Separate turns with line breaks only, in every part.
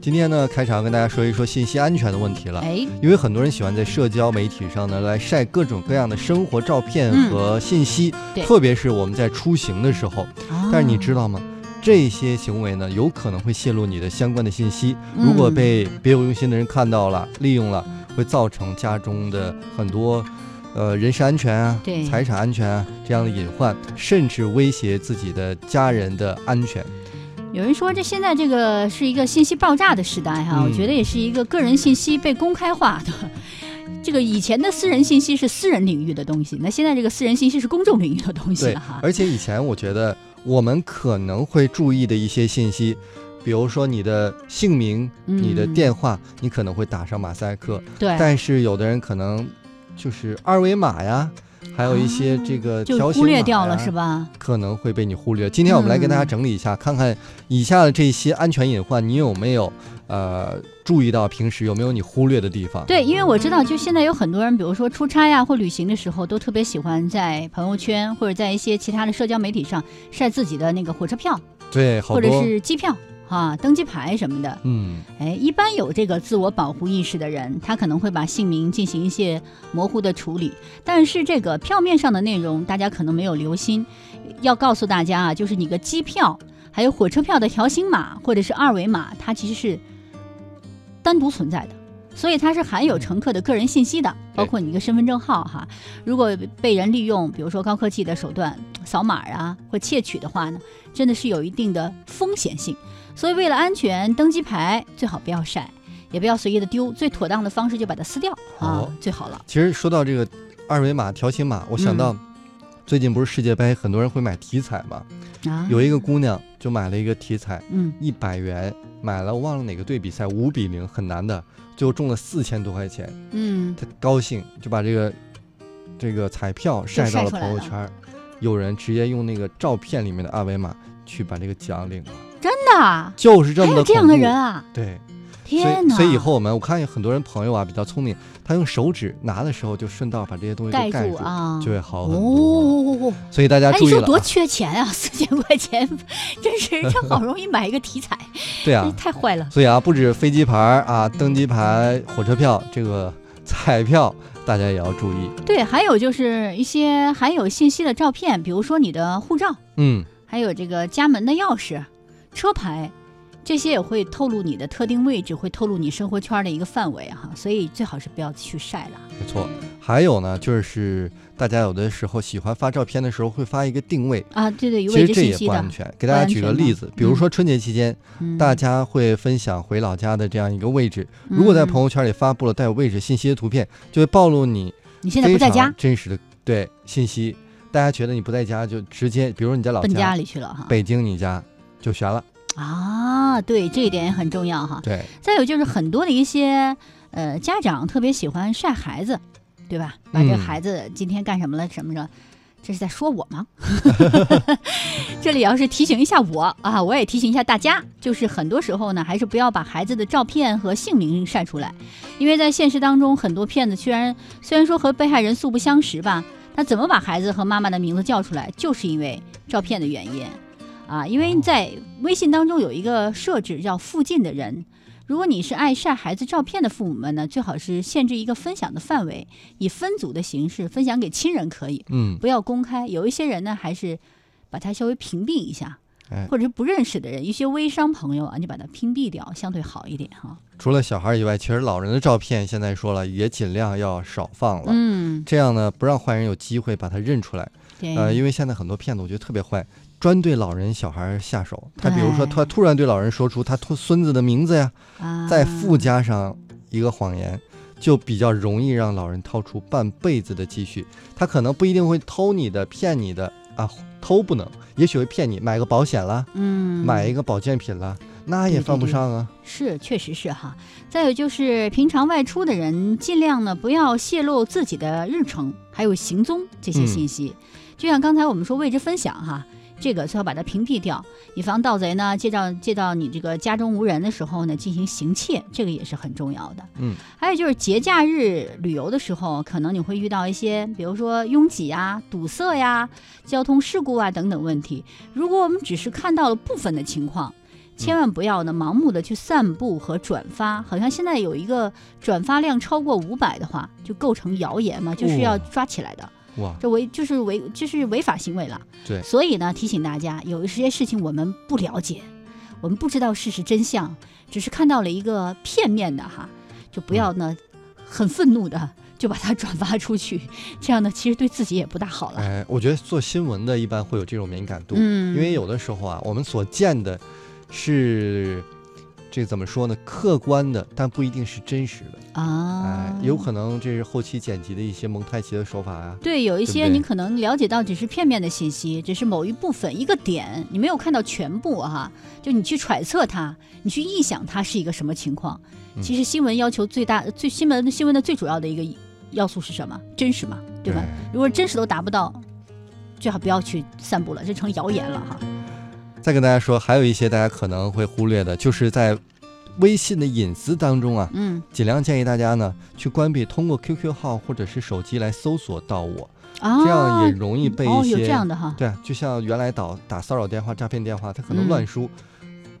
今天呢，开场跟大家说一说信息安全的问题了。
哎，
因为很多人喜欢在社交媒体上呢来晒各种各样的生活照片
嗯
和信息，
对嗯
特别是我们在出行的时候。但是你知道吗？这些行为呢，有可能会泄露你的相关的信息。如果
嗯
被别有用心的人看到了、利用了，会造成家中的很多，呃，人身安全啊
对、
财产安全啊这样的隐患，甚至威胁自己的家人的安全。
有人说这现在这个是一个信息爆炸的时代哈，
嗯
我觉得也是一个个人信息被公开化的。 这个以前的私人信息是私人领域的东西，那现在这个私人信息是公众领域的东西
对
了哈，。
而且以前我觉得我们可能会注意的一些信息，比如说你的姓名、你的
嗯
电话，你可能会打上马赛克，
对，
但是有的人可能就是二维码呀，还有一些这个条
啊就
形
忽略
码
掉
呀
了是？吧？
可能会被你忽略。今天我们来跟大家
嗯
整理一下，看看以下的这些安全隐患，你有没有呃注意到？平时有没有你忽略的地方？
对，因为我知道，就现在有很多人，比如说出差啊呀、或旅行的时候，都特别喜欢在朋友圈或者在一些其他的社交媒体上晒自己的那个火车票
对，好
或者
多
是机票啊、登机牌什么的。
嗯，
哎，一般有这个自我保护意识的人，他可能会把姓名进行一些模糊的处理，但是这个票面上的内容，大家可能没有留心。要告诉大家啊，就是你个机票还有火车票的条形码或者是二维码，它其实是单独存在的。所以它是含有乘客的个人信息的，包括你一个身份证号哈。如果被人利用，比如说高科技的手段扫码啊或窃取的话呢，真的是有一定的风险性。所以为了安全，登机牌最好不要晒，也不要随意的丢，最妥当的方式就把它撕掉啊
哦，
最好了。
其实说到这个二维码、条形码，我想
嗯
到最近不是世界杯，很多人会买体彩嘛。
啊，
有一个姑娘就买了一个体彩，
嗯，
一百元买了，我忘了哪个队比赛，五比零，很难的，最后中了四千多块钱，
嗯，
她高兴就把这个这个彩票晒到了朋友圈儿，有人直接用那个照片里面的二维码去把这个奖领了，
真的啊，
就是这
还
么
有
的
这样
恐
的
怖
人啊！
对。所
天
以，
哪！
所以以后我们我看有很多人朋友啊比较聪明，他用手指拿的时候就顺道把这些东西
盖
都盖
住
住，
啊，
就会好
哦
很多。
哦哦哦！
所以大家
哎，
注
你
意
说
了
多
啊，
缺钱啊， 四千块钱， 真是这好容易买一个体彩，
对啊，
太坏了。
所以啊，不止飞机牌儿啊、登机牌、火车票，这个彩票大家也要注意。
对，还有就是一些含有信息的照片，比如说你的护照，
嗯，
还有这个家门的钥匙、车牌，这些也会透露你的特定位置，会透露你生活圈的一个范围哈，所以最好是不要去晒了。
没错。还有呢，就是大家有的时候喜欢发照片的时候会发一个定位，
啊，对对，有
其
位
实
置
这
信
也
息
不
的
安，全。给大家举个例子，比如说春节期间，
嗯
大家会分享回老家的这样一个位置，如果在朋
友，
友圈里发布了带有位置信息的图片，就会暴露你
你现在
非
不在
常
家，
真实的对信息。大家觉得你不在家，就直接，比如你在老
奔
家
家里去了哈。
北京，你家就悬了。
啊，对，这一点也很重要哈。
对，
再有就是很多的一些呃家长特别喜欢晒孩子，对吧？把这个
嗯
孩子今天干什么了什么的，这是在说我吗？ 这里要是提醒一下我啊，我也提醒一下大家，就是很多时候呢，还是不要把孩子的照片和姓名晒出来，因为在现实当中，很多骗子居然虽然说和被害人素不相识吧，他怎么把孩子和妈妈的名字叫出来，就是因为照片的原因。啊，因为在微信当中有一个设置叫“附近的人”，如果你是爱晒孩子照片的父母们呢，最好是限制一个分享的范围，以分组的形式分享给亲人可以，
嗯，
不要公开。有一些人呢，还是把它稍微屏蔽一下
哎，
或者是不认识的人，一些微商朋友啊，你把它屏蔽掉，相对好一点哈。
除了小孩以外，其实老人的照片现在说了也尽量要少放了，
嗯，
这样呢不让坏人有机会把他认出来。
对，
呃，因为现在很多骗子我觉得特别坏，专对老人小孩下手。他比如说
对
他突然对老人说出他突孙子的名字呀，
啊
再附加上一个谎言。就比较容易让老人掏出半辈子的积蓄，他可能不一定会偷你的、骗你的啊，偷不能，也许会骗你买个保险啦，
嗯，
买一个保健品啦，那也
对对
犯不
对
上啊。
是，确实是哈。再有就是，平常外出的人尽量呢不要泄露自己的日程，还有行踪这些信息。就像刚才我们说位置分享哈，这个最好把它屏蔽掉，以防盗贼呢借到借到你这个家中无人的时候呢进行行窃，这个也是很重要的。
嗯，
还有就是节假日旅游的时候，可能你会遇到一些，比如说拥挤呀、堵塞啊呀、交通事故啊等等问题。如果我们只是看到了部分的情况，千万不要呢盲目的去散布和转发。好像现在有一个转发量超过五百的话，就构成谣言嘛，就是要
哦
抓起来的。
哇，
这违就是违就是违法行为了。
对
所以呢，提醒大家，有一些事情我们不了解，我们不知道事实真相，只是看到了一个片面的哈，就不要呢、很愤怒的 就把它转发出去，这样呢其实对自己也不大好了。
哎，我觉得做新闻的一般会有这种敏感度，
嗯，
因为有的时候啊，我们所见的是这怎么说呢？客观的，但不一定是真实的。
啊
哎，，有可能这是后期剪辑的一些蒙太奇的手法啊。
对，有一
对不
些
对
你可能了解到只是片面的信息，只是某一部分一个点，你没有看到全部哈、就你去揣测它，你去臆想它是一个什么情况。
嗯
其实新闻要求最大、最新闻新闻的最主要的一个要素是什么？真实嘛，对吧？
哎
如果真实都达不到，最好不要去散布了，这成谣言了哈。
再跟大家说，还有一些大家可能会忽略的，就是在微信的隐私当中啊，
嗯
尽量建议大家呢去关闭通过 QQ 号或者是手机来搜索到我，
啊，
这样也容易被
哦
一
有
些、
这样的哈。
对啊，就像原来打打骚扰电话、诈骗电话，他可能
嗯
乱输，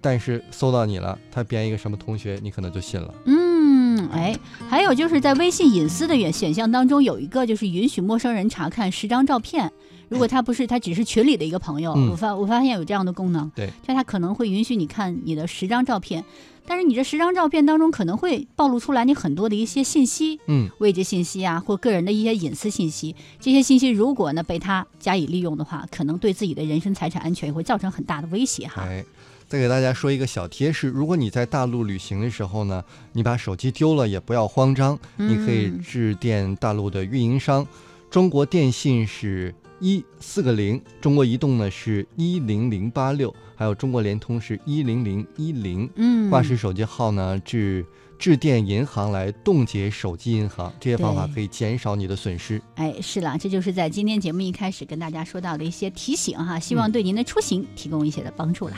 但是搜到你了，他编一个什么同学，你可能就信了。
嗯，哎，还有就是在微信隐私的选选项当中，有一个就是允许陌生人查看十张照片。如果他不是他只是群里的一个朋友，
嗯
我发我发现有这样的功能，
对，
就他可能会允许你看你的十张照片，但是你这十张照片当中可能会暴露出来你很多的一些信息，
嗯，
位置信息啊，或个人的一些隐私信息。这些信息如果呢被他加以利用的话，可能对自己的人身财产安全也会造成很大的威胁哈。
哎，再给大家说一个小贴士：如果你在大陆旅行的时候呢，你把手机丢了也不要慌张，你可以
嗯
致电大陆的运营商，中国电信是一四个零，中国移动呢是一零零八六，还有中国联通是一零零一零。
嗯，
挂失手机号呢，致致电银行来冻结手机银行，这些方法
对
可以减少你的损失。
哎，是啦，这就是在今天节目一开始跟大家说到的一些提醒哈，希望对您的出行提供一些的帮助啦。